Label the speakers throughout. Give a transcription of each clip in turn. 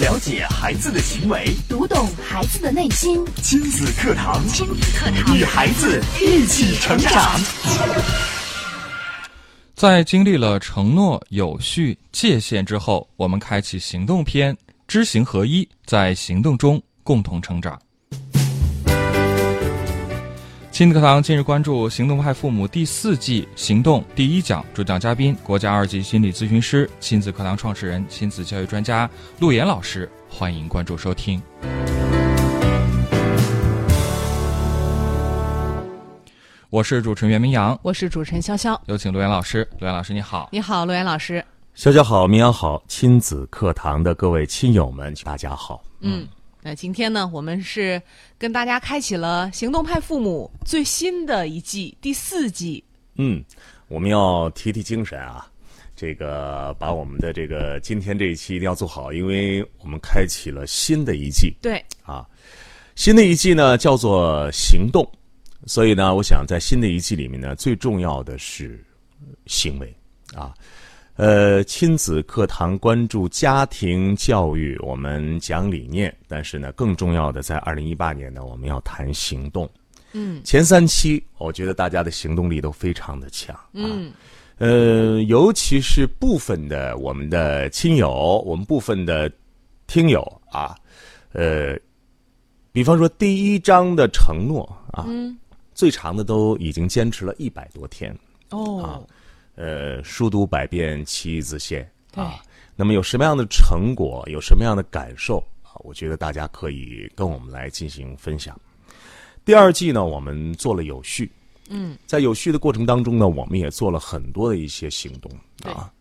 Speaker 1: 了解孩子的行为，
Speaker 2: 读懂孩子的内心。
Speaker 1: 亲子课堂，
Speaker 2: 亲子课堂
Speaker 1: 与孩子一起成长。
Speaker 3: 在经历了承诺、有序、界限之后，我们开启行动篇，知行合一，在行动中共同成长。亲子课堂近日关注《行动派父母》第四季“行动”第一讲，主讲嘉宾国家二级心理咨询师、亲子课堂创始人、亲子教育专家陆岩老师，欢迎关注收听。我是主持人袁明阳，
Speaker 4: 我是主持人潇潇。
Speaker 3: 有请陆岩老师。陆岩老师你好，
Speaker 4: 你好，陆岩老师。
Speaker 5: 小小好，民谣好，亲子课堂的各位亲友们，大家好。
Speaker 4: 嗯，那今天呢，我们是跟大家开启了《行动派父母》最新的一季第四季。
Speaker 5: 嗯，我们要提提精神啊，这个把我们的这个今天这一期一定要做好，因为我们开启了新的一季
Speaker 4: 对，
Speaker 5: 啊。新的一季呢叫做行动，所以呢，我想在新的一季里面呢，最重要的是行为啊。呃，亲子课堂关注家庭教育，我们讲理念，但是呢，更重要的在二零一八年呢，我们要谈行动。
Speaker 4: 嗯
Speaker 5: 前三期，我觉得大家的行动力都非常的强啊。
Speaker 4: 嗯
Speaker 5: 呃，尤其是部分的我们的亲友，我们部分的听友啊，呃，比方说第一章的承诺啊，
Speaker 4: 嗯，
Speaker 5: 最长的都已经坚持了一百多天。
Speaker 4: 哦，
Speaker 5: 呃，书读百遍，其义自现
Speaker 4: 对
Speaker 5: 啊。那么有什么样的成果，有什么样的感受啊？我觉得大家可以跟我们来进行分享。第二季呢，我们做了有序，
Speaker 4: 嗯，
Speaker 5: 在有序的过程当中呢，我们也做了很多的一些行动
Speaker 4: 对
Speaker 5: 啊。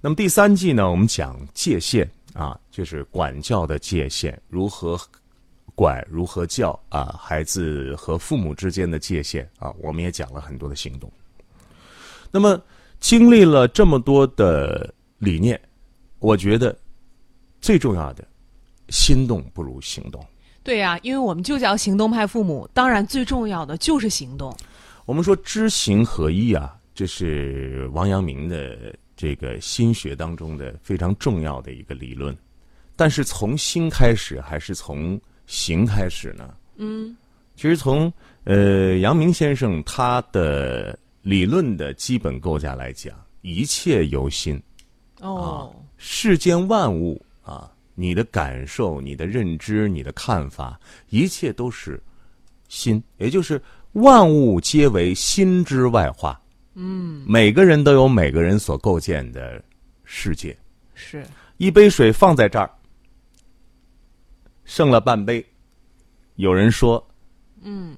Speaker 5: 那么第三季呢，我们讲界限啊，就是管教的界限，如何管，如何教啊，孩子和父母之间的界限啊，我们也讲了很多的行动。那么经历了这么多的理念，我觉得最重要的，心动不如行动。
Speaker 4: 对呀、因为我们就叫行动派父母，当然最重要的就是行动。
Speaker 5: 我们说知行合一啊，这是王阳明的这个心学当中的非常重要的一个理论。但是从心开始还是从行开始呢？
Speaker 4: 嗯
Speaker 5: 其实从呃阳明先生他的理论的基本构架来讲，一切由心，
Speaker 4: 哦，
Speaker 5: 世间万物啊，你的感受、你的认知、你的看法，一切都是心，也就是万物皆为心之外化。嗯，每个人都有每个人所构建的世界。
Speaker 4: 是
Speaker 5: 一杯水放在这儿，剩了半杯，有人说：“嗯，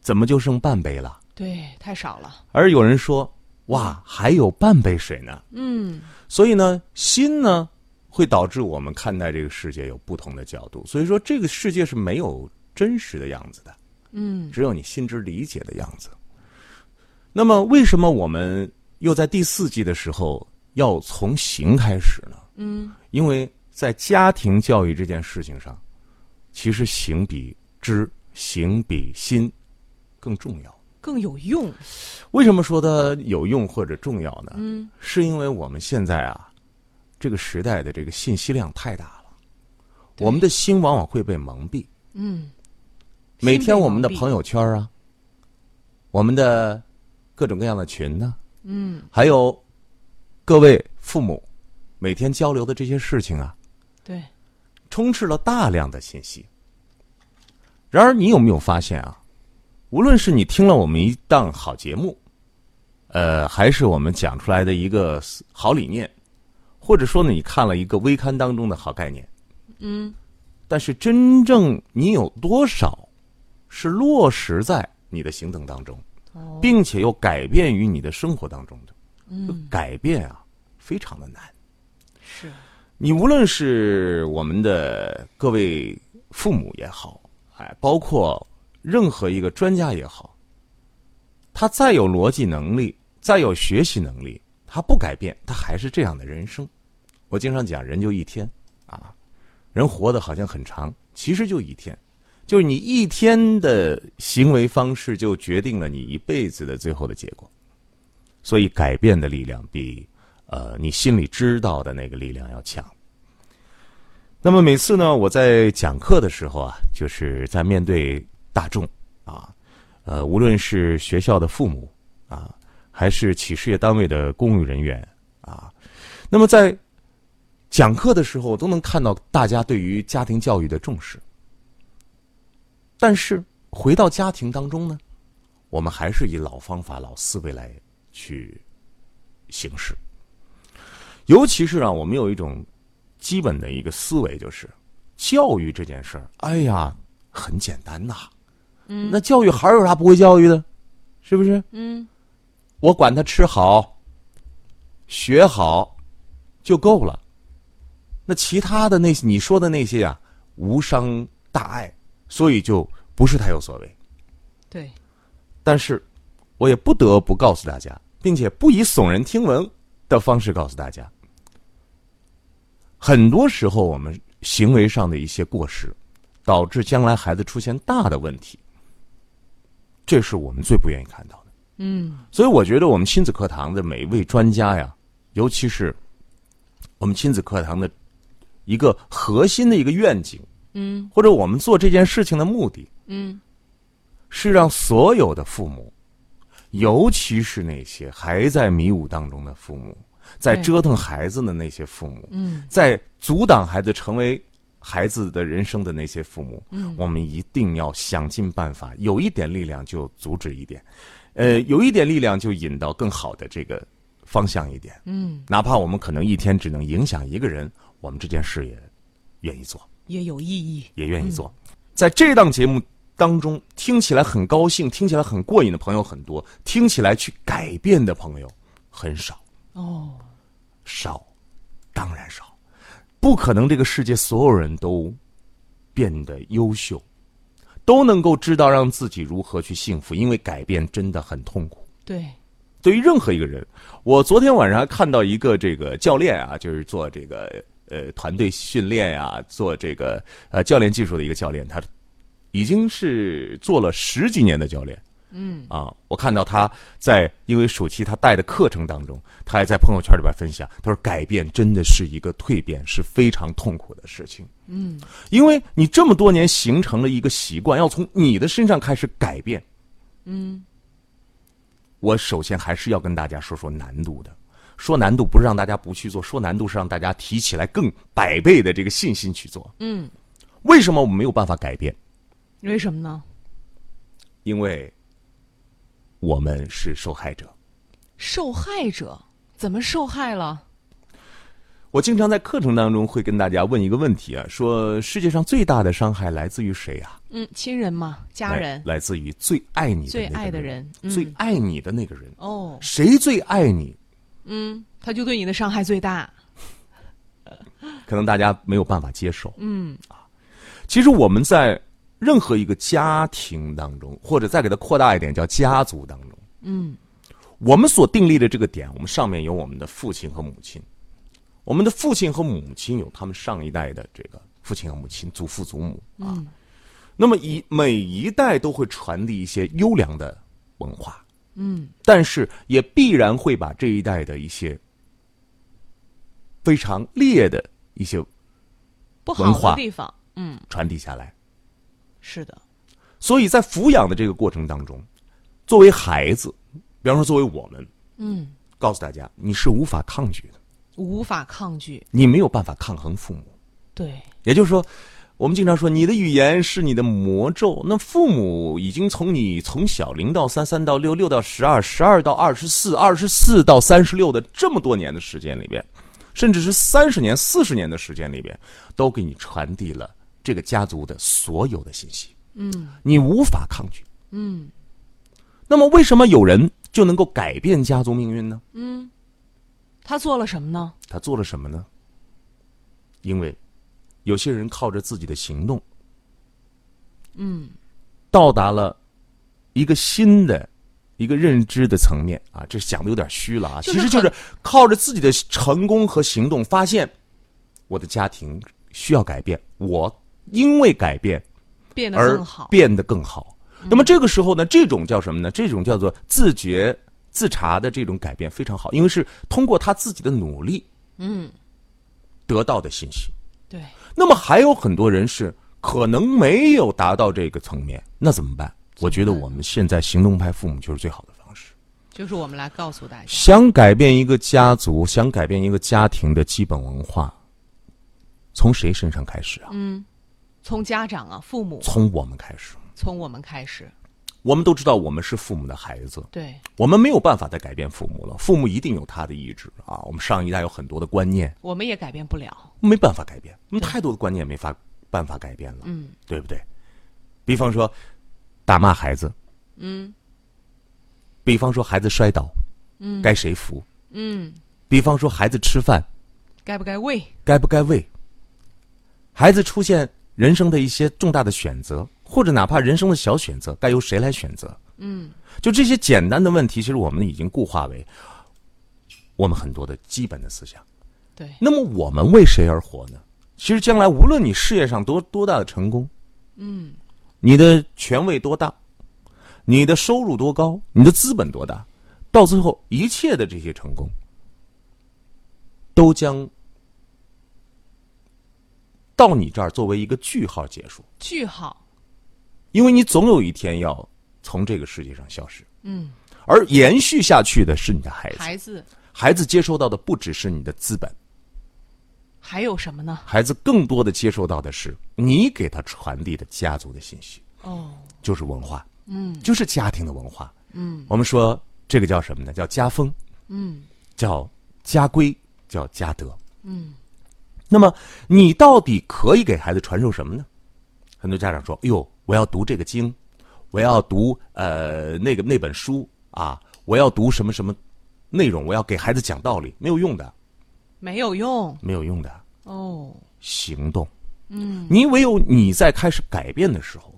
Speaker 5: 怎么就剩半杯了
Speaker 4: 对，太少了。？”
Speaker 5: 而有人说：“哇，还有半杯水呢。”
Speaker 4: 嗯，
Speaker 5: 所以呢，心呢会导致我们看待这个世界有不同的角度。所以说，这个世界是没有真实的样子的，
Speaker 4: 嗯，
Speaker 5: 只有你心之理解的样子。那么，为什么我们又在第四季的时候要从行开始呢？嗯，因为在家庭教育这件事情上，其实行比知，行比心更重要。
Speaker 4: 更有用。
Speaker 5: 为什么说它有用或者重要呢？嗯，是因为我们现在啊，这个时代的这个信息量太大了，我们的心往往会被蒙蔽。
Speaker 4: 嗯，
Speaker 5: 每天我们的
Speaker 4: 心被蒙蔽
Speaker 5: 朋友圈啊，我们的各种各样的群呢、嗯，还有各位父母每天交流的这些事情啊，
Speaker 4: 对，
Speaker 5: 充斥了大量的信息。然而，你有没有发现啊？无论是你听了我们一档好节目，呃，还是我们讲出来的一个好理念，或者说呢，你看了一个微刊当中的好概念，
Speaker 4: 嗯，
Speaker 5: 但是真正你有多少是落实在你的行动当中，
Speaker 4: 哦，
Speaker 5: 并且又改变于你的生活当中的？
Speaker 4: 嗯
Speaker 5: 改变啊，非常的难。
Speaker 4: 是，
Speaker 5: 你无论是我们的各位父母也好，哎，包括任何一个专家也好，他再有逻辑能力，再有学习能力，他不改变，他还是这样的人生。我经常讲，人就一天啊，人活得好像很长，其实就一天，就是你一天的行为方式就决定了你一辈子的最后的结果。所以，改变的力量比呃，你心里知道的那个力量要强。那么每次呢，我在讲课的时候啊，就是在面对大众啊，呃，无论是学校的父母啊，还是企事业单位的公务人员啊，那么在讲课的时候，我都能看到大家对于家庭教育的重视。但是回到家庭当中呢，我们还是以老方法、老思维来去行事。尤其是啊，我们有一种基本的一个思维，就是教育这件事儿，哎呀，很简单呐、嗯，那教育孩儿有啥不会教育的？是不是？
Speaker 4: 嗯，
Speaker 5: 我管他吃好、学好就够了。那其他的那些你说的那些啊，无伤大碍，所以就不是太有所谓。
Speaker 4: 对，
Speaker 5: 但是，我也不得不告诉大家，并且不以耸人听闻的方式告诉大家，很多时候我们行为上的一些过失，导致将来孩子出现大的问题，这是我们最不愿意看到的。嗯，所以我觉得我们亲子课堂的每一位专家呀，尤其是我们亲子课堂的一个核心的一个愿景，嗯，或者我们做这件事情的目的，是让所有的父母，尤其是那些还在迷雾当中的父母，在
Speaker 4: 对
Speaker 5: 折腾孩子的那些父母，嗯，在阻挡孩子成为孩子的人生的那些父母，嗯，我们一定要想尽办法，有一点力量就阻止一点，呃，有一点力量就引到更好的这个方向一点，
Speaker 4: 嗯，
Speaker 5: 哪怕我们可能一天只能影响一个人，我们这件事也愿意做。
Speaker 4: 也有意义。
Speaker 5: 也愿意做。在这档节目当中，听起来很高兴、听起来很过瘾的朋友很多，听起来去改变的朋友很少，
Speaker 4: 哦，
Speaker 5: 少，当然少。不可能，这个世界所有人都变得优秀，都能够知道让自己如何去幸福，因为改变真的很痛苦。
Speaker 4: 对，
Speaker 5: 对于任何一个人，我昨天晚上还看到一个这个教练啊，就是做这个呃团队训练呀、做这个呃教练技术的一个教练，他已经是做了十几年的教练。嗯啊，我看到他在因为暑期他带的课程当中，他还在朋友圈里边分享，他说改变真的是一个蜕变，是非常痛苦的事情。嗯，因为你这么多年形成了一个习惯，要从你的身上开始改变。我首先还是要跟大家说说难度的。说难度不是让大家不去做，说难度是让大家提起来更百倍的这个信心去做。嗯，为什么我们没有办法改变？
Speaker 4: 为什么呢？
Speaker 5: 因为我们是受害者。
Speaker 4: 受害者怎么受害了？
Speaker 5: 我经常在课程当中会跟大家问一个问题啊，说世界上最大的伤害来自于谁啊？
Speaker 4: 嗯，亲人嘛，家
Speaker 5: 来
Speaker 4: 人。
Speaker 5: 来自于最爱你的
Speaker 4: 最
Speaker 5: 那个
Speaker 4: 爱的
Speaker 5: 人
Speaker 4: 人，嗯
Speaker 5: 最爱你的那个人，
Speaker 4: 哦，
Speaker 5: 谁最爱你？
Speaker 4: 他就对你的伤害最大。
Speaker 5: 可能大家没有办法接受。嗯啊，其实我们在任何一个家庭当中，或者再给它扩大一点，叫家族当中，嗯，我们所订立的这个点，我们上面有我们的父亲和母亲，我们的父亲和母亲有他们上一代的这个父亲和母亲、祖父祖母啊。那么一每一代都会传递一些优良的文化，嗯，但是也必然会把这一代的一些非常劣的一些
Speaker 4: 不
Speaker 5: 文
Speaker 4: 好
Speaker 5: 化
Speaker 4: 的地方，嗯，
Speaker 5: 传递下来。
Speaker 4: 是的，
Speaker 5: 所以在抚养的这个过程当中，作为孩子，比方说作为我们，
Speaker 4: 嗯，
Speaker 5: 告诉大家，你是无法抗拒的，
Speaker 4: 无法抗拒。
Speaker 5: 你没有办法抗衡父母。
Speaker 4: 对，
Speaker 5: 也就是说，我们经常说你的语言是你的魔咒。那父母已经从你从小零到三、三到六、六到十二、十二到二十四、二十四到三十六的这么多年的时间里边，甚至是三十年、四十年的时间里边，都给你传递了这个家族的所有的信息。嗯，你无法抗拒。嗯，那么为什么有人就能够改变家族命运呢？
Speaker 4: 他做了什么呢？
Speaker 5: 他做了什么呢？因为有些人靠着自己的行动，嗯，到达了一个新的一个认知的层面啊，这讲的有点虚了啊，
Speaker 4: 就
Speaker 5: 其
Speaker 4: 是
Speaker 5: 实就是靠着自己的成功和行动，发现我的家庭需要改变，我因为改变
Speaker 4: 变得
Speaker 5: 而
Speaker 4: 更好。
Speaker 5: 变得更好。嗯那么这个时候呢，这种叫什么呢？这种叫做自觉自查的这种改变非常好，因为是通过他自己的努力，嗯，得到的信息。
Speaker 4: 对，
Speaker 5: 那么还有很多人是可能没有达到这个层面，那怎么办？我觉得我们现在行动派父母就是最好的方式。
Speaker 4: 就是我们来告诉大家，
Speaker 5: 想改变一个家族，想改变一个家庭的基本文化，从谁身上开始啊？
Speaker 4: 从家长啊、父母，
Speaker 5: 从我们开始。
Speaker 4: 从我们开始。
Speaker 5: 我们都知道我们是父母的孩子，
Speaker 4: 对，
Speaker 5: 我们没有办法再改变父母了。父母一定有他的意志啊。我们上一代有很多的观念，
Speaker 4: 我们也改变不了。
Speaker 5: 没办法改变，我们太多的观念没法办法改变了，嗯，对不对？比方说打骂孩子，嗯，比方说孩子摔倒，嗯，该谁扶，嗯，比方说孩子吃饭，
Speaker 4: 该不该喂？
Speaker 5: 该不该喂？孩子出现人生的一些重大的选择，或者哪怕人生的小选择，该由谁来选择？嗯，就这些简单的问题，其实我们已经固化为我们很多的基本的思想。
Speaker 4: 对，
Speaker 5: 那么我们为谁而活呢？其实将来无论你事业上多多大的成功，嗯，你的权位多大，你的收入多高，你的资本多大，到最后一切的这些成功，都将到你这儿作为一个句号结束，
Speaker 4: 句号。
Speaker 5: 因为你总有一天要从这个世界上消失。嗯，而延续下去的是你的孩子，
Speaker 4: 孩子
Speaker 5: 孩子接收到的不只是你的资本。
Speaker 4: 还有什么呢？
Speaker 5: 孩子更多的接受到的是你给他传递的家族的信息，
Speaker 4: 哦，
Speaker 5: 就是文化，嗯，就是家庭的文化，嗯，我们说这个叫什么呢？叫家风，嗯，叫家规，叫家德，嗯。那么你到底可以给孩子传授什么呢？很多家长说：“哎呦，我要读这个经，我要读呃那个那本书啊，我要读什么什么内容，我要给孩子讲道理，没有用的，
Speaker 4: 没有用。
Speaker 5: 没有用的。”
Speaker 4: 哦，
Speaker 5: 行动。嗯，你唯有你在开始改变的时候，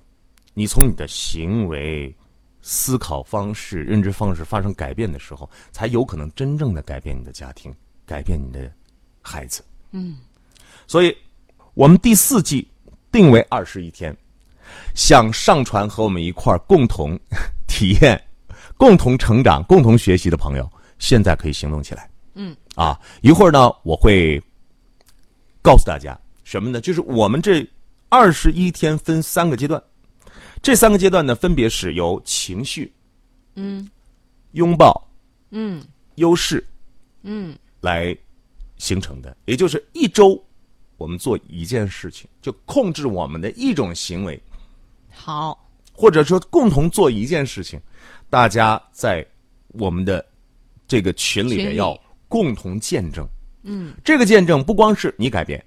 Speaker 5: 你从你的行为、思考方式、认知方式发生改变的时候，才有可能真正的改变你的家庭，改变你的孩子。嗯，所以我们第四季定为二十一天，想上传和我们一块儿共同体验、共同成长、共同学习的朋友，现在可以行动起来。嗯，啊，一会儿呢，我会告诉大家什么呢？就是我们这二十一天分三个阶段，这三个阶段呢，分别是由情绪，嗯，拥抱，嗯，优势，嗯，来形成的。也就是一周，我们做一件事情，就控制我们的一种行为，
Speaker 4: 好，
Speaker 5: 或者说共同做一件事情。大家在我们的这个群里
Speaker 4: 群
Speaker 5: 面
Speaker 4: 里
Speaker 5: 要共同见证。嗯，这个见证不光是你改变，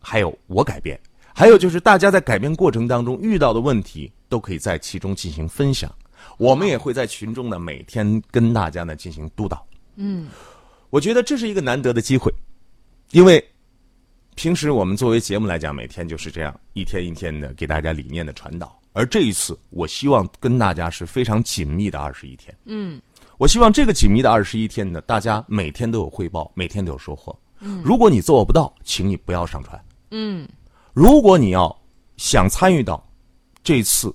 Speaker 5: 还有我改变，还有就是大家在改变过程当中遇到的问题，都可以在其中进行分享。我们也会在群中呢，每天跟大家呢进行督导。嗯，我觉得这是一个难得的机会，因为平时我们作为节目来讲，每天就是这样一天一天的给大家理念的传导。而这一次，我希望跟大家是非常紧密的二十一天。嗯，我希望这个紧密的二十一天呢，大家每天都有汇报，每天都有收获。嗯，如果你做不到，请你不要上传。嗯，如果你要想参与到这次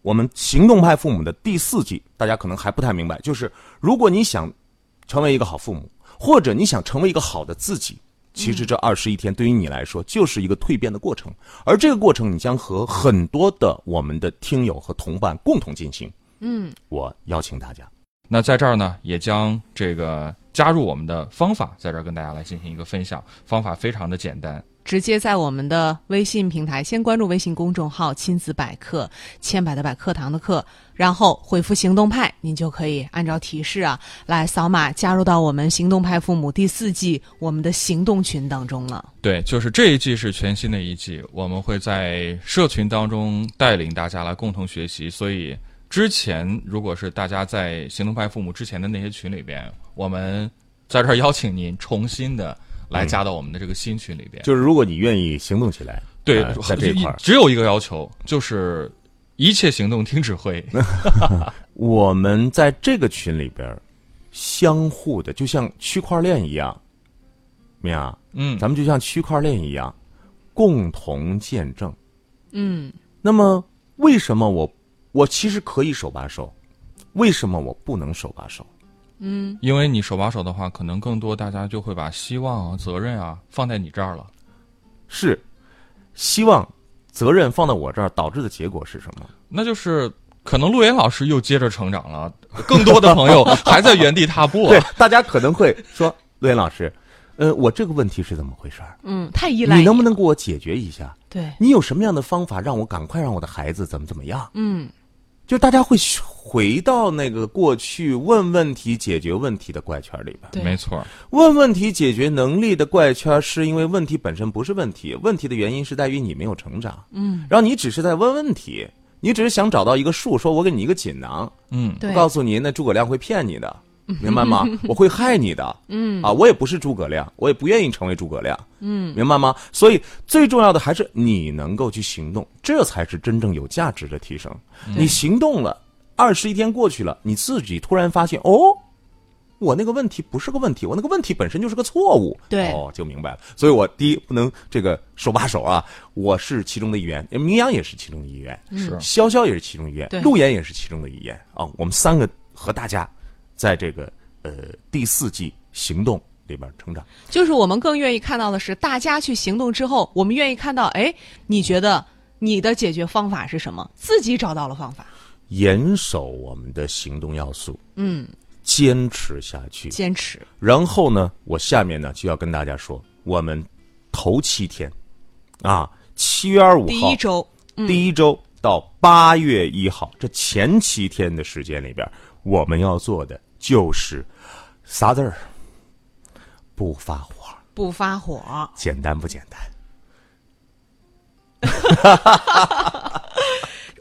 Speaker 5: 我们行动派父母的第四季，大家可能还不太明白，就是如果你想成为一个好父母，或者你想成为一个好的自己，其实这二十一天对于你来说就是一个蜕变的过程，而这个过程你将和很多的我们的听友和同伴共同进行。嗯，我邀请大家，
Speaker 3: 那在这儿呢，也将这个加入我们的方法，在这儿跟大家来进行一个分享。方法非常的简单，
Speaker 4: 直接在我们的微信平台先关注微信公众号“亲子百科”，千百的百课堂的课，然后回复“行动派”，您就可以按照提示啊来扫码加入到我们“行动派父母”第四季我们的行动群当中了。
Speaker 3: 对，就是这一季是全新的一季，我们会在社群当中带领大家来共同学习。所以之前如果是大家在行动派父母之前的那些群里边，我们在这儿邀请您重新的来加到我们的这个新群里边。
Speaker 5: 就是如果你愿意行动起来，
Speaker 3: 对，
Speaker 5: 呃在这一块儿，
Speaker 3: 只有一个要求，就是一切行动听指挥。
Speaker 5: 我们在这个群里边儿相互的，就像区块链一样，明啊，
Speaker 3: 嗯
Speaker 5: 咱们就像区块链一样，共同见证。嗯，那么为什么我我其实可以手把手，为什么我不能手把手？
Speaker 3: 因为你手把手的话，可能更多大家就会把希望啊、责任啊放在你这儿了。
Speaker 5: 是希望责任放到我这儿，导致的结果是什么？
Speaker 3: 那就是可能陆岩老师又接着成长了，更多的朋友还在原地踏步。
Speaker 5: 对，大家可能会说，陆岩老师，呃，我这个问题是怎么回事儿？
Speaker 4: 嗯，太依赖
Speaker 5: 你能不
Speaker 4: 了
Speaker 5: 能给我解决一下？
Speaker 4: 对，
Speaker 5: 你有什么样的方法让我赶快让我的孩子怎么怎么样？
Speaker 4: 嗯，
Speaker 5: 就大家会回到那个过去问问题、解决问题的怪圈里边。
Speaker 4: 对，
Speaker 3: 没错儿，
Speaker 5: 问问题解决能力的怪圈，是因为问题本身不是问题，问题的原因是在于你没有成长。嗯，然后你只是在问问题，你只是想找到一个数，说我给你一个锦囊，
Speaker 3: 嗯，
Speaker 4: 对，
Speaker 5: 我告诉你，那诸葛亮会骗你的，明白吗？我会害你的。嗯，啊，我也不是诸葛亮，我也不愿意成为诸葛亮。嗯，明白吗？所以最重要的还是你能够去行动，这才是真正有价值的提升。你行动了，二十一天过去了，你自己突然发现，哦。我那个问题不是个问题，我那个问题本身就是个错误，
Speaker 4: 对
Speaker 5: 哦，就明白了。所以我第一不能这个手把手啊，我是其中的一员，明阳也是其中的一员，
Speaker 3: 是
Speaker 5: 潇潇也是其中一员
Speaker 4: 对，
Speaker 5: 陆岩也是其中的一员啊。我们三个和大家在这个呃第四季行动里边成长。
Speaker 4: 就是我们更愿意看到的是，大家去行动之后，我们愿意看到，哎，你觉得你的解决方法是什么？自己找到了方法，
Speaker 5: 严守我们的行动要素，
Speaker 4: 嗯，
Speaker 5: 坚持下去。
Speaker 4: 坚持，
Speaker 5: 然后呢，我下面呢就要跟大家说，我们头七天啊，七月二十五
Speaker 4: 第
Speaker 5: 号
Speaker 4: 一周，嗯
Speaker 5: 第一周到八月一号这前七天的时间里边，我们要做的就是仨字儿：不发火。
Speaker 4: 不发火，
Speaker 5: 简单不简单？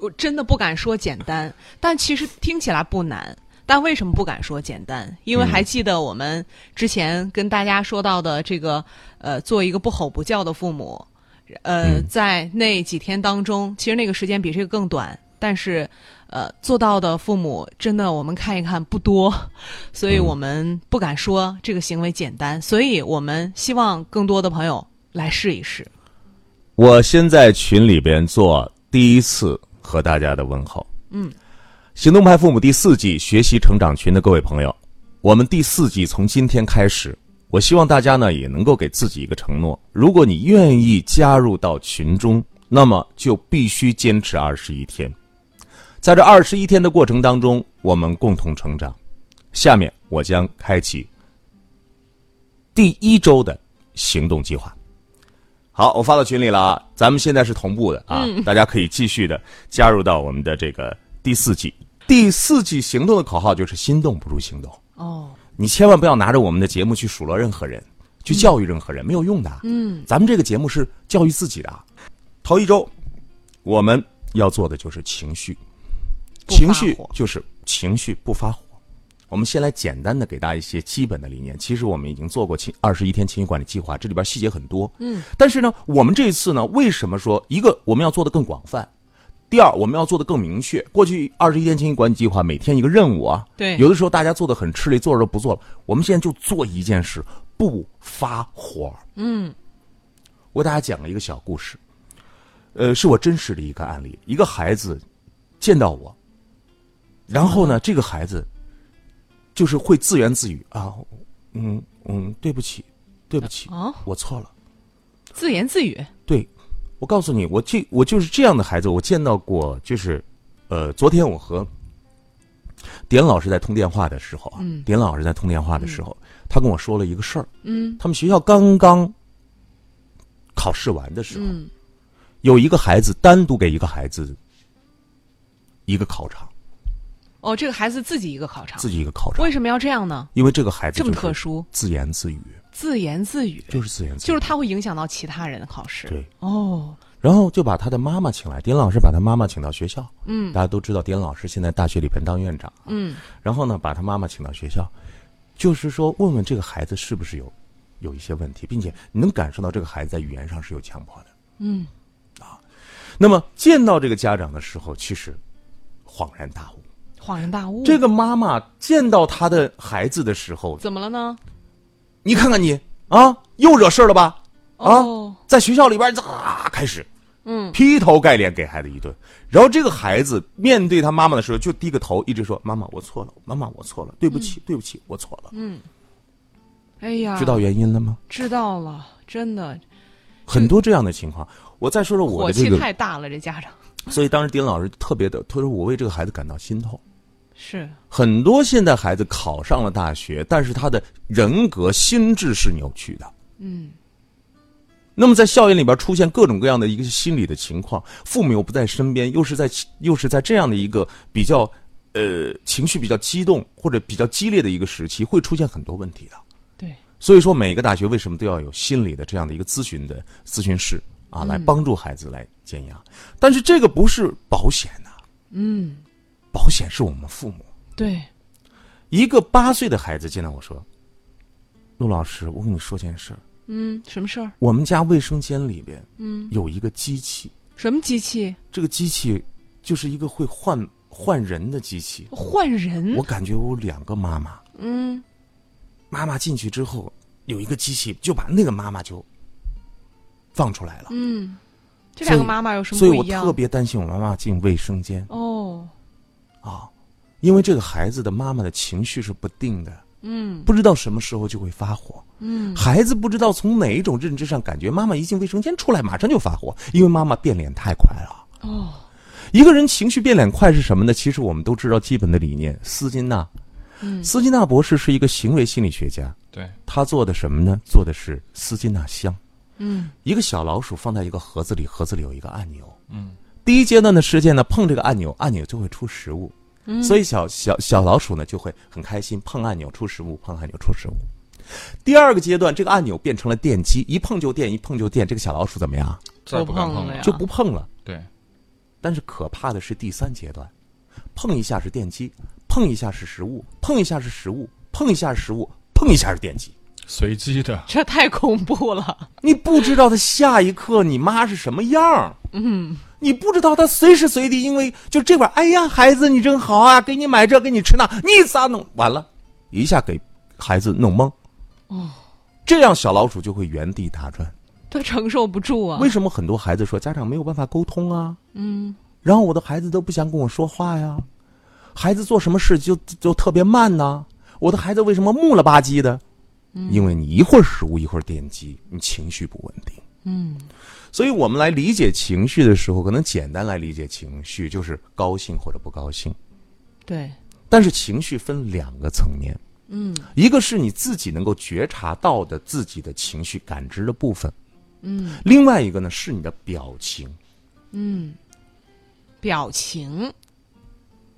Speaker 4: 我真的不敢说简单，但其实听起来不难。但为什么不敢说简单？因为还记得我们之前跟大家说到的这个，呃，做一个不吼不叫的父母，呃，在那几天当中，其实那个时间比这个更短，但是，呃，做到的父母真的我们看一看不多，所以我们不敢说这个行为简单，所以我们希望更多的朋友来试一试。
Speaker 5: 我先在群里边做第一次和大家的问候。嗯，行动派父母第四季学习成长群的各位朋友，我们第四季从今天开始，我希望大家呢也能够给自己一个承诺：如果你愿意加入到群中，那么就必须坚持二十一天。在这二十一天的过程当中，我们共同成长。下面我将开启第一周的行动计划。好，我发到群里了啊，咱们现在是同步的啊，大家可以继续的加入到我们的这个第四季。第四季行动的口号就是“心动不如行动”，
Speaker 4: 哦，
Speaker 5: 你千万不要拿着我们的节目去数落任何人，去
Speaker 4: 嗯
Speaker 5: 教育任何人，没有用的。嗯，咱们这个节目是教育自己的啊。头一周，我们要做的就是情绪，
Speaker 4: 不发
Speaker 5: 情绪
Speaker 4: 火
Speaker 5: 就是情绪不发火。我们先来简单的给大家一些基本的理念。其实我们已经做过情二十一天情绪管理计划，这里边细节很多。嗯，但是呢，我们这一次呢，为什么说一个我们要做的更广泛？第二，我们要做的更明确。过去二十一天情绪管理计划每天一个任务啊，
Speaker 4: 对
Speaker 5: 有的时候大家做的很吃力，做着都不做了。我们现在就做一件事，不发火。嗯，我给大家讲了一个小故事，呃，是我真实的一个案例。一个孩子见到我，然后
Speaker 4: 嗯
Speaker 5: 呢，这个孩子就是会自言自语啊，嗯嗯，对不起，对不起，
Speaker 4: 哦
Speaker 5: 我错了。
Speaker 4: 自言自语，
Speaker 5: 对，我告诉你，我这我就是这样的孩子，我见到过，就是，呃，昨天我和典老师在通电话的时候啊，
Speaker 4: 嗯
Speaker 5: 典老师在通电话的时候，他跟我说了一个事儿，嗯，他们学校刚刚考试完的时候，
Speaker 4: 嗯
Speaker 5: 有一个孩子单独给一个孩子一个考场，
Speaker 4: 哦，这个孩子自己一个考场，
Speaker 5: 自己一个考场
Speaker 4: 为，什么要这样呢？
Speaker 5: 因为这个孩子
Speaker 4: 这么
Speaker 5: 就是
Speaker 4: 特殊
Speaker 5: 自言自语，
Speaker 4: 自言自语，
Speaker 5: 就是自言自语，
Speaker 4: 就是它会影响到其他人的考试。
Speaker 5: 对。
Speaker 4: 哦，
Speaker 5: 然后就把他的妈妈请来，典老师把他妈妈请到学校。嗯，大家都知道，典老师现在大学里边当院长。嗯，然后呢，把他妈妈请到学校，就是说问问这个孩子是不是有有一些问题，并且你能感受到这个孩子在语言上是有强迫的。嗯，啊，那么见到这个家长的时候，其实恍然大悟，
Speaker 4: 恍然大悟，
Speaker 5: 这个妈妈见到她的孩子的时候，
Speaker 4: 怎么了呢？
Speaker 5: 你看看你啊，又惹事儿了吧？啊，
Speaker 4: 哦
Speaker 5: 在学校里边啊，开始，嗯，劈头盖脸给孩子一顿。然后这个孩子面对他妈妈的时候，就低个头，一直说：“妈妈，我错了，妈妈，我错了，对不起，对不起，我错了。
Speaker 4: 哎呀，
Speaker 5: 知道原因了吗？
Speaker 4: 知道了，真的，
Speaker 5: 很多这样的情况。我再说说我
Speaker 4: 火
Speaker 5: 的这
Speaker 4: 气
Speaker 5: 个，
Speaker 4: 太大了，这家长
Speaker 5: 所以当时丁老师特别的，他说我为这个孩子感到心痛。
Speaker 4: 是
Speaker 5: 很多现在孩子考上了大学，但是他的人格、心智是扭曲的。
Speaker 4: 嗯，
Speaker 5: 那么在校园里边出现各种各样的一个心理的情况，父母又不在身边，又是在又是在这样的一个比较呃情绪比较激动或者比较激烈的一个时期，会出现很多问题的。
Speaker 4: 对，
Speaker 5: 所以说，每个大学为什么都要有心理的这样的一个咨询的咨询室啊，来帮助孩子来减压？但是这个不是保险呐、
Speaker 4: 嗯，
Speaker 5: 保险是我们父母。
Speaker 4: 对，
Speaker 5: 一个八岁的孩子见到我说：“陆老师，我跟你说件事儿，
Speaker 4: 嗯，什么事儿？
Speaker 5: 我们家卫生间里边，
Speaker 4: 嗯，
Speaker 5: 有一个机器，
Speaker 4: 什么机器？
Speaker 5: 这个机器就是一个会换换人的机器。
Speaker 4: 换人
Speaker 5: 我？感觉我有两个妈妈，
Speaker 4: 嗯，
Speaker 5: 妈妈进去之后，有一个机器就把那个妈妈就放出来了。
Speaker 4: 嗯，这两个
Speaker 5: 所以
Speaker 4: 妈妈有什么
Speaker 5: 所以
Speaker 4: 不
Speaker 5: 我
Speaker 4: 一样？
Speaker 5: 特别担心我妈妈进卫生间
Speaker 4: 哦，
Speaker 5: 啊，因为这个孩子的妈妈的情绪是不定的，
Speaker 4: 嗯
Speaker 5: 不知道什么时候就会发火。
Speaker 4: 嗯，
Speaker 5: 孩子不知道从哪一种认知上感觉妈妈一进卫生间出来马上就发火，因为妈妈变脸太快了。
Speaker 4: 哦，
Speaker 5: 一个人情绪变脸快是什么呢？其实我们都知道基本的理念。斯金纳，
Speaker 4: 嗯
Speaker 5: 斯金纳博士是一个行为心理学家，
Speaker 3: 对，
Speaker 5: 他做的什么呢？做的是斯金纳箱。
Speaker 4: 嗯
Speaker 5: 一个小老鼠放在一个盒子里，盒子里有一个按钮。
Speaker 3: 嗯，
Speaker 5: 第一阶段的事件呢，碰这个按钮，按钮就会出食物，
Speaker 4: 嗯，
Speaker 5: 所
Speaker 4: 以
Speaker 5: 以小小小老鼠呢就会很开心，碰按钮出食物，碰按钮出食物。第二个阶段，这个按钮变成了电击，一碰就电，一碰就电，这个小老鼠怎么样？
Speaker 3: 再不敢碰
Speaker 4: 不碰了呀
Speaker 5: 就不碰了。
Speaker 3: 对，
Speaker 5: 但是可怕的是第三阶段，碰一下是电击，碰一下是食物，碰一下是食物，碰一下是食物，碰一下是电击。
Speaker 3: 随机的，
Speaker 4: 这太恐怖了。
Speaker 5: 你不知道他下一刻你妈是什么样儿，嗯，你不知道他随时随地，因为就这会儿，哎呀，孩子你真好啊，给你买这，给你吃那，你咋弄？完了，一下给孩子弄懵，哦，这样小老鼠就会原地打转。
Speaker 4: 他承受不住啊
Speaker 5: 为！什么很多孩子说家长没有办法沟通啊？
Speaker 4: 嗯，
Speaker 5: 然后我的孩子都不想跟我说话呀，孩子做什么事就就特别慢呢、我的孩子为什么木了吧唧的？
Speaker 4: 嗯
Speaker 5: 因为你一会儿食物一会儿电击，你情绪不稳定。
Speaker 4: 嗯，
Speaker 5: 所以我们来理解情绪的时候，可能简单来理解情绪就是高兴或者不高兴，
Speaker 4: 对，
Speaker 5: 但是情绪分两个层面，
Speaker 4: 嗯
Speaker 5: 一个是你自己能够觉察到的自己的情绪感知的部分，
Speaker 4: 嗯
Speaker 5: 另外一个呢是你的表情。
Speaker 4: 嗯，表情，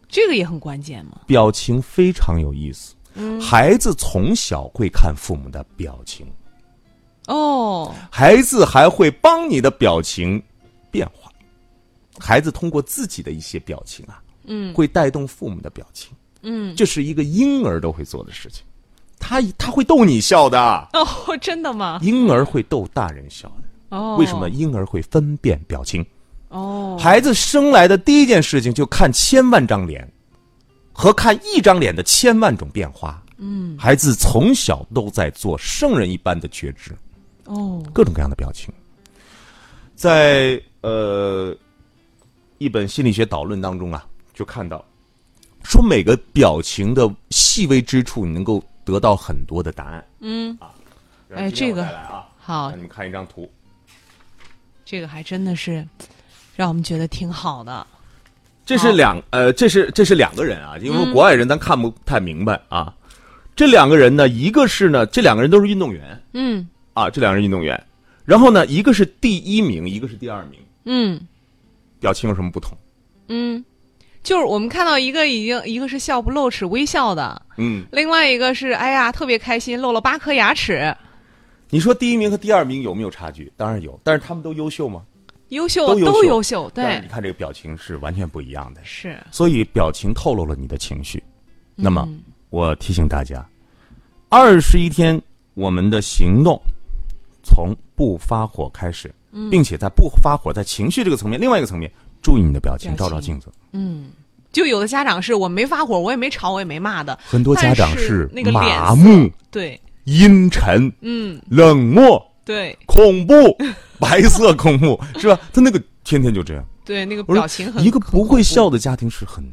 Speaker 4: 这个也很关键嘛。
Speaker 5: 表情非常有意思。
Speaker 4: 嗯
Speaker 5: 孩子从小会看父母的表情，
Speaker 4: 哦，
Speaker 5: 孩子还会帮你的表情变化。孩子通过自己的一些表情啊，
Speaker 4: 嗯
Speaker 5: 会带动父母的表情。
Speaker 4: 嗯，
Speaker 5: 这是一个婴儿都会做的事情，他他会逗你笑的，
Speaker 4: 哦， 真的吗？
Speaker 5: 婴儿会逗大人笑的。
Speaker 4: 哦，
Speaker 5: 为什么？婴儿会分辨表情？
Speaker 4: 哦，
Speaker 5: 孩子生来的第一件事情就看千万张脸，和看一张脸的千万种变化。嗯，孩子从小都在做圣人一般的觉知，
Speaker 4: 哦，
Speaker 5: 各种各样的表情。在呃一本心理学导论当中啊，就看到说每个表情的细微之处，你能够得到很多的答案。
Speaker 4: 嗯，
Speaker 5: 然后
Speaker 4: 哎
Speaker 5: 今天
Speaker 4: 这个
Speaker 5: 我带来啊，
Speaker 4: 好
Speaker 5: 让你，们看一张图。
Speaker 4: 这个还真的是让我们觉得挺好的。
Speaker 5: 这是两呃，这是这是两个人啊，因为国外人咱看不太明白啊。这两个人呢，一个是呢，这两个人都是运动员
Speaker 4: 嗯
Speaker 5: 啊，这两个人运动员。然后呢，一个是第一名，一个是第二名，
Speaker 4: 嗯。
Speaker 5: 表情有什么不同？
Speaker 4: 嗯，就是我们看到一个已经一个是笑不露齿微笑的，
Speaker 5: 嗯，
Speaker 4: 另外一个是哎呀特别开心露了八颗牙齿，
Speaker 5: 你说第一名和第二名有没有差距？当然有，但是他们都优秀吗？
Speaker 4: 优秀
Speaker 5: 都优秀
Speaker 4: 都优秀，
Speaker 5: 但是
Speaker 4: 对
Speaker 5: 你，看这个表情是完全不一样的，
Speaker 4: 是，
Speaker 5: 所以表情透露了你的情绪。那么，
Speaker 4: 嗯
Speaker 5: 我提醒大家，二十一天我们的行动从不发火开始，
Speaker 4: 嗯
Speaker 5: 并且在不发火，在情绪这个层面，另外一个层面，注意你的表情，
Speaker 4: 表情
Speaker 5: 照照镜子。
Speaker 4: 嗯，就有的家长是我没发火，我也没吵，我也没骂的，
Speaker 5: 很多家长
Speaker 4: 但是那个脸
Speaker 5: 麻
Speaker 4: 色
Speaker 5: 木、
Speaker 4: 对，
Speaker 5: 阴沉、
Speaker 4: 嗯，
Speaker 5: 冷漠、
Speaker 4: 对
Speaker 5: 恐怖、 白色恐怖，是吧？他那个天天就这样。
Speaker 4: 对，那个
Speaker 5: 我说
Speaker 4: 表情很
Speaker 5: 一个不会笑
Speaker 4: 很恐怖
Speaker 5: 的家庭是很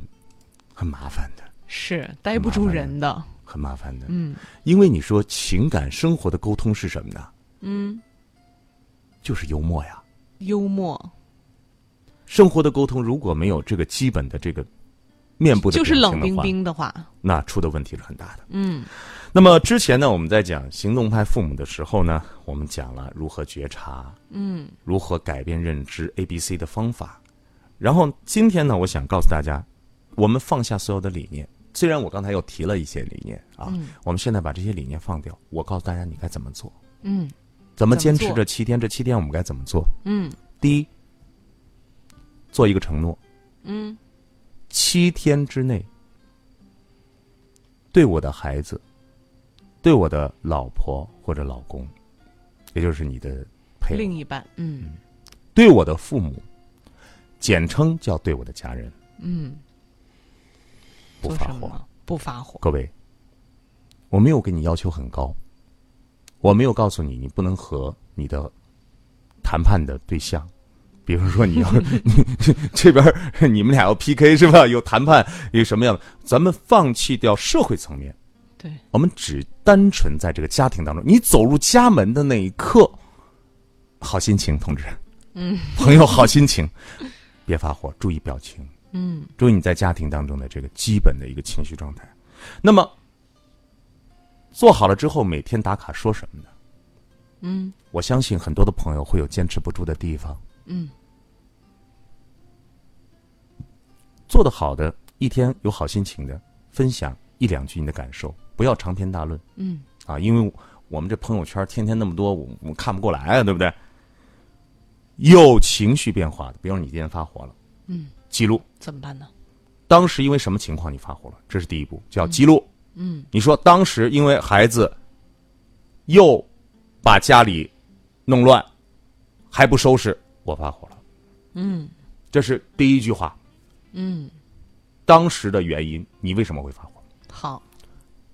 Speaker 5: 很麻烦的，
Speaker 4: 是待不住人的，
Speaker 5: 很麻烦的。
Speaker 4: 嗯
Speaker 5: 因为你说情感生活的沟通是什么呢？
Speaker 4: 嗯，
Speaker 5: 就是幽默呀。
Speaker 4: 幽默
Speaker 5: 生活的沟通如果没有这个基本的这个面部的
Speaker 4: 就是
Speaker 5: 表情
Speaker 4: 冷
Speaker 5: 的
Speaker 4: 冰
Speaker 5: 话，
Speaker 4: 冰的话，
Speaker 5: 那出的问题是很大的。
Speaker 4: 嗯
Speaker 5: 那么之前呢，我们在讲行动派父母的时候呢，我们讲了如何觉察，
Speaker 4: 嗯，
Speaker 5: 如何改变认知 A、B、C 的方法。然后今天呢，我想告诉大家，我们放下所有的理念。虽然我刚才又提了一些理念啊，我们现在把这些理念放掉，我告诉大家你该怎么做，
Speaker 4: 嗯
Speaker 5: 怎么
Speaker 4: 怎
Speaker 5: 坚
Speaker 4: 么
Speaker 5: 持
Speaker 4: 做
Speaker 5: 这七天，这七天我们该怎么做？
Speaker 4: 嗯
Speaker 5: 第一，做一个承诺，
Speaker 4: 嗯
Speaker 5: 七天之内，对我的孩子，对我的老婆或者老公，也就是你的配偶
Speaker 4: 另，一半，嗯
Speaker 5: 对我的父母，简称叫对我的家人，
Speaker 4: 嗯，
Speaker 5: 不
Speaker 4: 做
Speaker 5: 发
Speaker 4: 什
Speaker 5: 火。
Speaker 4: 么？不发火，
Speaker 5: 各位，我没有给你要求很高，我没有告诉你你不能和你的谈判的对象，比如说你要你这边儿你们俩要 PK 是吧？有谈判有什么样的？咱们放弃掉社会层面，
Speaker 4: 对，
Speaker 5: 我们只单纯在这个家庭当中。你走入家门的那一刻，好心情，同志，嗯， 朋友，好心情，别发火，注意表情。
Speaker 4: 嗯
Speaker 5: 注意你在家庭当中的这个基本的一个情绪状态。那么做好了之后，每天打卡说什么呢？
Speaker 4: 嗯
Speaker 5: 我相信很多的朋友会有坚持不住的地方。
Speaker 4: 嗯，
Speaker 5: 做得好的，一天有好心情的，分享一两句你的感受，不要长篇大论
Speaker 4: 嗯
Speaker 5: 啊，因为我们这朋友圈天天那么多，我我看不过来啊，对不对？有情绪变化的，比如你今天发火了，
Speaker 4: 嗯，
Speaker 5: 记录
Speaker 4: 怎么办呢？
Speaker 5: 当时因为什么情况你发火了，这是第一步，叫记录。
Speaker 4: 嗯，
Speaker 5: 你说当时因为孩子又把家里弄乱，还不收拾，我发火了。
Speaker 4: 嗯
Speaker 5: 这是第一句话，
Speaker 4: 嗯，
Speaker 5: 当时的原因，你为什么会发火？
Speaker 4: 好，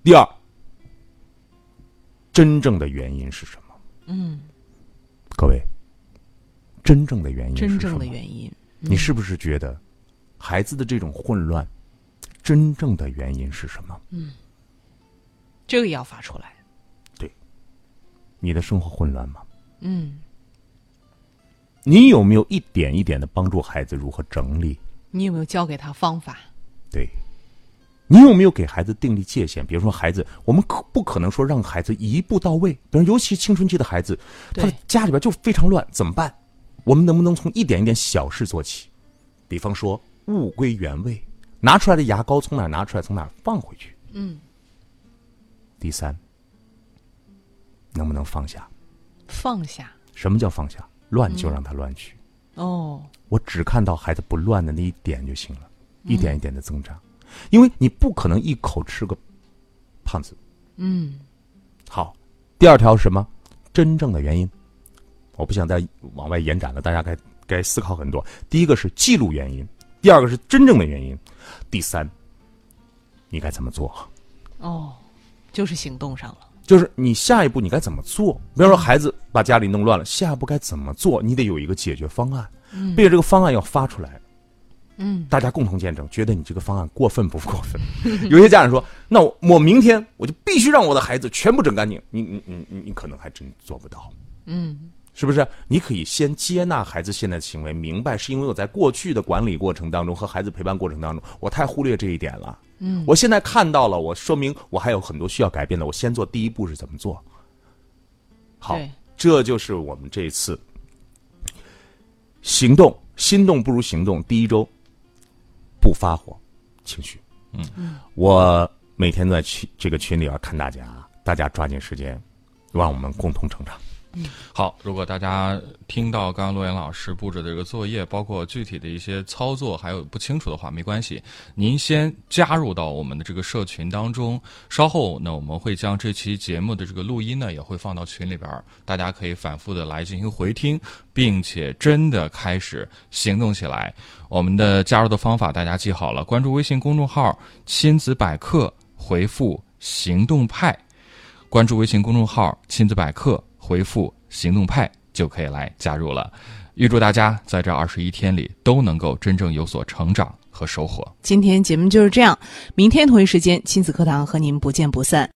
Speaker 5: 第二，真正的原因是什么？
Speaker 4: 嗯，
Speaker 5: 各位，真正的原因是什
Speaker 4: 真
Speaker 5: 么？
Speaker 4: 正的原因，
Speaker 5: 你是不是觉得孩子的这种混乱，真正的原因是什么？
Speaker 4: 这个也要发出来。
Speaker 5: 你的生活混乱吗？
Speaker 4: 嗯，
Speaker 5: 你有没有一点一点的帮助孩子如何整理？
Speaker 4: 你有没有教给他方法？
Speaker 5: 对，你有没有给孩子订立界限？比如说，孩子，我们可不可能说让孩子一步到位？比如，尤其青春期的孩子，他的
Speaker 4: 对
Speaker 5: 家里边就非常乱，怎么办？我们能不能从一点一点小事做起？比方说，物归原位，拿出来的牙膏从哪儿拿出来，从哪儿放回去。嗯。第三，能不能放下？
Speaker 4: 放下。
Speaker 5: 什么叫放下？乱就让他乱去。
Speaker 4: 哦，
Speaker 5: 我只看到孩子不乱的那一点就行了，一点一点的增长，因为你不可能一口吃个胖子。
Speaker 4: 嗯
Speaker 5: 好，第二条是什么？真正的原因，我不想再往外延展了，大家该该思考很多。第一个是记录原因，第二个是真正的原因，第三，你该怎么做？
Speaker 4: 哦，就是行动上了。
Speaker 5: 就是你下一步你该怎么做？比方说孩子把家里弄乱了，下一步该怎么做？你得有一个解决方案，并且这个方案要发出来。
Speaker 4: 嗯，
Speaker 5: 大家共同见证，觉得你这个方案过分不过分？有些家长说：“那我我明天我就必须让我的孩子全部整干净。你”你你你你可能还真做不到，
Speaker 4: 嗯
Speaker 5: 是不是？你可以先接纳孩子现在的行为，明白是因为我在过去的管理过程当中和孩子陪伴过程当中，我太忽略这一点了。
Speaker 4: 嗯，
Speaker 5: 我现在看到了，我说明我还有很多需要改变的。我先做第一步是怎么做？好
Speaker 4: 对，
Speaker 5: 这就是我们这次行动，心动不如行动。第一周不发火，情绪。嗯，我每天在群这个群里边啊看大家，大家抓紧时间，让我们共同成长。
Speaker 3: 好，如果大家听到刚刚陆岩老师布置的这个作业，包括具体的一些操作，还有不清楚的话，没关系，您先加入到我们的这个社群当中。稍后呢，我们会将这期节目的这个录音呢，也会放到群里边儿，大家可以反复的来进行回听，并且真的开始行动起来。我们的加入的方法大家记好了，关注微信公众号“亲子百科”，回复“行动派”。关注微信公众号“亲子百科”，回复“行动派”就可以来加入了。预祝大家在这二十一天里都能够真正有所成长和收获。
Speaker 4: 今天节目就是这样，明天同一时间亲子课堂和您不见不散。